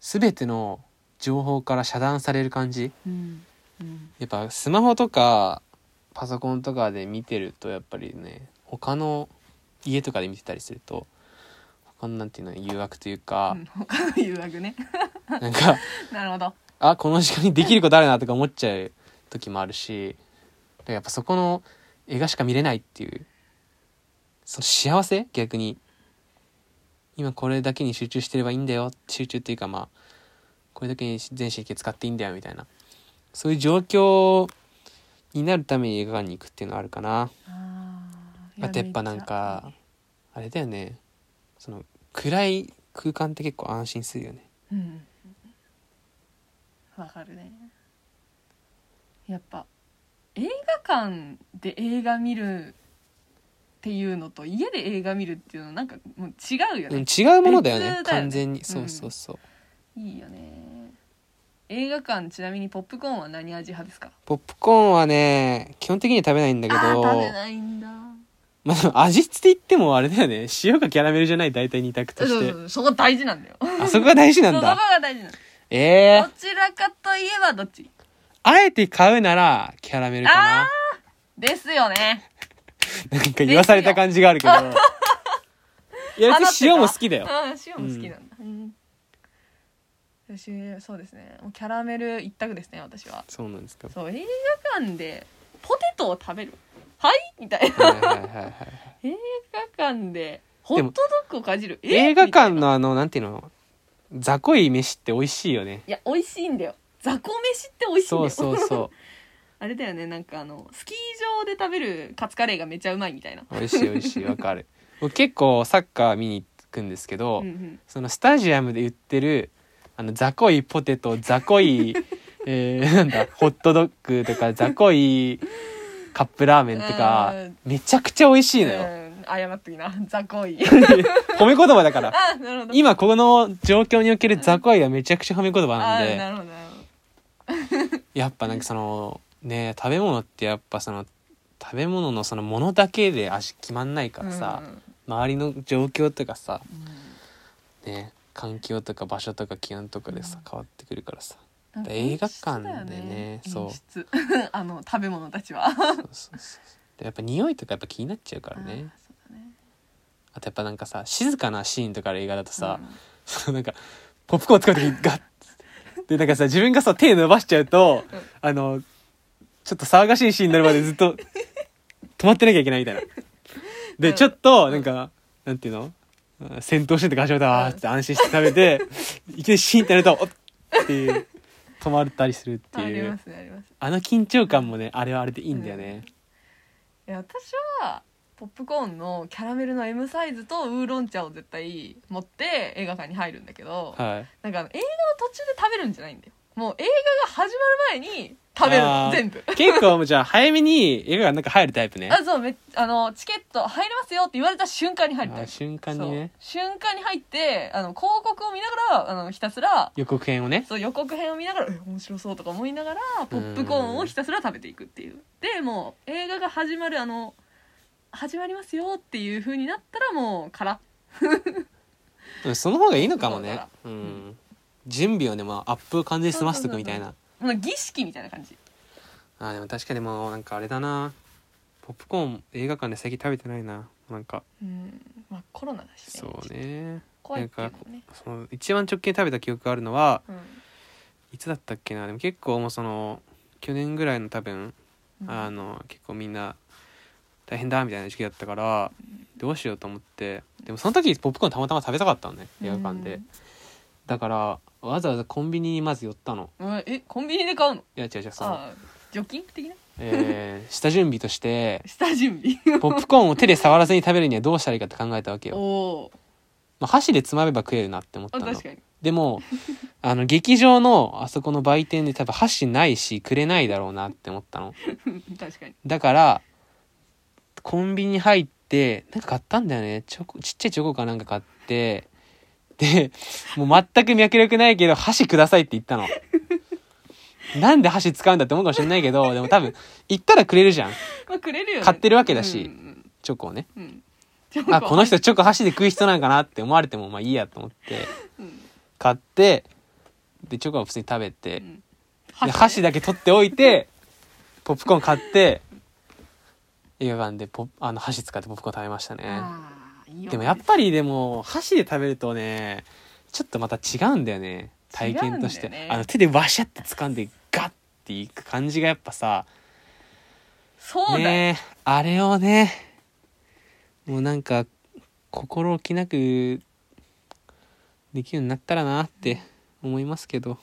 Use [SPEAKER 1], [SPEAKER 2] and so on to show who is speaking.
[SPEAKER 1] 全ての情報から遮断される感じ
[SPEAKER 2] うんうん
[SPEAKER 1] やっぱスマホとかパソコンとかで見てるとやっぱりね他の家とかで見てたりすると他のなんていうの誘惑というか、
[SPEAKER 2] 他の誘惑ね
[SPEAKER 1] なんか
[SPEAKER 2] なるほど
[SPEAKER 1] あこの時間にできることあるなとか思っちゃう時もあるしだからやっぱそこの映画しか見れないっていうその幸せ逆に今これだけに集中してればいいんだよ集中っていうかまあこれだけに全神経使っていいんだよみたいなそういう状況になるために映画館に行くっていうのはあるかな。
[SPEAKER 2] あー
[SPEAKER 1] まあ、てっぱなんかあれだよねその暗い空間って結構安心するよね。
[SPEAKER 2] うんわかるねやっぱ映画館で映画見るっていうのと家で映画見るっていうのなんかもう違うよ
[SPEAKER 1] うん
[SPEAKER 2] ね、
[SPEAKER 1] 違うものだよね
[SPEAKER 2] 別だよね
[SPEAKER 1] 完全に
[SPEAKER 2] ん
[SPEAKER 1] そうそうそう。
[SPEAKER 2] いいよね映画館ちなみにポップコーンは何味派ですか
[SPEAKER 1] ポップコーンはね基本的には食べないんだけ
[SPEAKER 2] あ
[SPEAKER 1] ど
[SPEAKER 2] ー食べないんだ
[SPEAKER 1] まあでも味付けって言ってもあれだよね塩かキャラメルじゃない大体二択と
[SPEAKER 2] そうそ
[SPEAKER 1] し
[SPEAKER 2] う
[SPEAKER 1] て
[SPEAKER 2] そうそこ大事なんだよ
[SPEAKER 1] あそこが大事なん
[SPEAKER 2] そこ
[SPEAKER 1] だ
[SPEAKER 2] が大事なの
[SPEAKER 1] ええ
[SPEAKER 2] どちらかといえばどっち
[SPEAKER 1] あえて買うならキャラメルかな
[SPEAKER 2] ですよね
[SPEAKER 1] なんか言わされた感じがあるけどいや別に塩も好きだよ
[SPEAKER 2] あ塩も好きなんだ、うん私そうですねもうキャラメル一択ですね私は
[SPEAKER 1] そうなんですか
[SPEAKER 2] そう映画館でポテトを食べるはいみたいな
[SPEAKER 1] はいはいはいはい
[SPEAKER 2] 映画館でホットドッグをかじるえ
[SPEAKER 1] 映画
[SPEAKER 2] みた
[SPEAKER 1] 館
[SPEAKER 2] いな
[SPEAKER 1] のあのなんていうの雑魚い飯って美味しいよね
[SPEAKER 2] いや美味しいんだよ雑魚飯って美味しいんだ
[SPEAKER 1] そ
[SPEAKER 2] よ
[SPEAKER 1] うそうそ
[SPEAKER 2] あれだよねなんかあのスキー場で食べるカツカレーがめちゃうまいみたいな
[SPEAKER 1] う美味しい美味しいわかる僕結構サッカー見に行くんですけど、
[SPEAKER 2] うんうん
[SPEAKER 1] そのスタジアムで売ってるあの雑魚いポテト雑魚 い、えーなんだホットドッグとか雑魚いカップラーメンとか
[SPEAKER 2] うん
[SPEAKER 1] めちゃくちゃ美味しいのよ
[SPEAKER 2] うん謝っときな 雑 魚い
[SPEAKER 1] 褒め言葉だ から
[SPEAKER 2] あなるほど
[SPEAKER 1] 今この状況における雑魚いはめちゃくちゃ褒め言葉
[SPEAKER 2] あ
[SPEAKER 1] なん
[SPEAKER 2] な
[SPEAKER 1] で
[SPEAKER 2] るほどなるほど
[SPEAKER 1] やっぱなんかそのね食べ物ってやっぱその食べ物のそのものだけで味決まんないからさ、
[SPEAKER 2] うん
[SPEAKER 1] 周りの状況とかさ
[SPEAKER 2] うん
[SPEAKER 1] ね環境とか場所とか気温とかでさ変わってくるからさ
[SPEAKER 2] なんか
[SPEAKER 1] 映画館でね
[SPEAKER 2] 演出だ
[SPEAKER 1] そう
[SPEAKER 2] よ演出 あの食べ物たちは
[SPEAKER 1] そうそうそうでやっぱ匂いとかやっぱ気になっちゃうからね
[SPEAKER 2] あそうだね
[SPEAKER 1] あとやっぱなんかさ静かなシーンとかの映画だとさ、
[SPEAKER 2] うん
[SPEAKER 1] そうなんかポップコーン使う時にガッでなんかさ自分がさ手伸ばしちゃうと、
[SPEAKER 2] うん
[SPEAKER 1] あのちょっと騒がしいシーンになるまでずっと止まってなきゃいけないみたいなで、
[SPEAKER 2] うん
[SPEAKER 1] ちょっとなんか、なんていうのうん戦闘シーンとか始まったらあーって安心して食べて、いきなりシーンってなるとおっっていう止まったりするって
[SPEAKER 2] あり
[SPEAKER 1] い
[SPEAKER 2] ま
[SPEAKER 1] う
[SPEAKER 2] すねあります
[SPEAKER 1] あの緊張感もねあれはあれでいいんだよね、
[SPEAKER 2] いや私はポップコーンのキャラメルの M サイズとウーロン茶を絶対持って映画館に入るんだけど、
[SPEAKER 1] はい
[SPEAKER 2] なんかあの映画の途中で食べるんじゃないんだよもう映画が始まる前に食べる
[SPEAKER 1] あ
[SPEAKER 2] の
[SPEAKER 1] ー
[SPEAKER 2] 全部
[SPEAKER 1] 結構もうじゃあ早めに映画館の中入るタイプね
[SPEAKER 2] あそうめあのチケット入れますよって言われた瞬間に入るタイ
[SPEAKER 1] あ
[SPEAKER 2] プ
[SPEAKER 1] 瞬間にね
[SPEAKER 2] そう瞬間に入ってあの広告を見ながらあのひたすら
[SPEAKER 1] 予告編をね
[SPEAKER 2] そう予告編を見ながらえ面白そうとか思いながらポップコーンをひたすら食べていくっていうでもう映画が始まるあの始まりますよっていう風になったらもうから
[SPEAKER 1] うんその方がいいのかもねう
[SPEAKER 2] うん
[SPEAKER 1] 準備をねまあアップを完全に済ませとくみたいな
[SPEAKER 2] もう儀式みたいな感じ
[SPEAKER 1] あでも確かにもうなんかあれだなポップコーン映画館で最近食べてないななんか
[SPEAKER 2] うんまあコロナだし
[SPEAKER 1] そうね
[SPEAKER 2] 怖いっていうのもね
[SPEAKER 1] その一番直近で食べた記憶があるのは
[SPEAKER 2] うん
[SPEAKER 1] いつだったっけなでも結構もうその去年ぐらいの多分
[SPEAKER 2] うん
[SPEAKER 1] あの結構みんな大変だみたいな時期だったからどうしようと思ってでもその時ポップコーンたまたま食べたかったのね映画館でだからわざわざコンビニにまず寄ったの
[SPEAKER 2] うんえコンビニで買うの
[SPEAKER 1] いや違う違うその、
[SPEAKER 2] ああ除菌的な
[SPEAKER 1] えー下準備として
[SPEAKER 2] 下準備
[SPEAKER 1] ポップコーンを手で触らずに食べるにはどうしたらいいかって考えたわけ
[SPEAKER 2] お
[SPEAKER 1] よ、
[SPEAKER 2] お
[SPEAKER 1] まあ、箸でつまめば食えるなって思った
[SPEAKER 2] あ
[SPEAKER 1] の
[SPEAKER 2] 確かに
[SPEAKER 1] でもあの劇場のあそこの売店で多分箸ないしくれないだろうなって思ったの
[SPEAKER 2] 確かに
[SPEAKER 1] だからコンビニ入ってなんか買ったんだよねチョコちっちゃいチョコかなんか買ってでもう全く脈絡ないけど箸くださいって言ったのなんで箸使うんだって思うかもしれないけどでも多分行ったらくれるじゃん
[SPEAKER 2] まあくれるよね
[SPEAKER 1] 買ってるわけだし
[SPEAKER 2] うん
[SPEAKER 1] チョコをね
[SPEAKER 2] うんうん
[SPEAKER 1] あこの人チョコ箸で食う人なんかなって思われてもまあいいやと思って買ってでチョコは普通に食べて、
[SPEAKER 2] うん
[SPEAKER 1] で箸だけ取っておいてポップコーン買って映画館でポッあの箸使ってポップコーン食べましたね
[SPEAKER 2] あーいいよ
[SPEAKER 1] でもやっぱりでも箸で食べるとねちょっとまた違うんだよね体験として、
[SPEAKER 2] 違うんだよね
[SPEAKER 1] あの手でワシャって掴んでガッていく感じがやっぱさ
[SPEAKER 2] そうだよ、
[SPEAKER 1] ねえあれをねもうなんか心置きなくできるようになったらなって思いますけど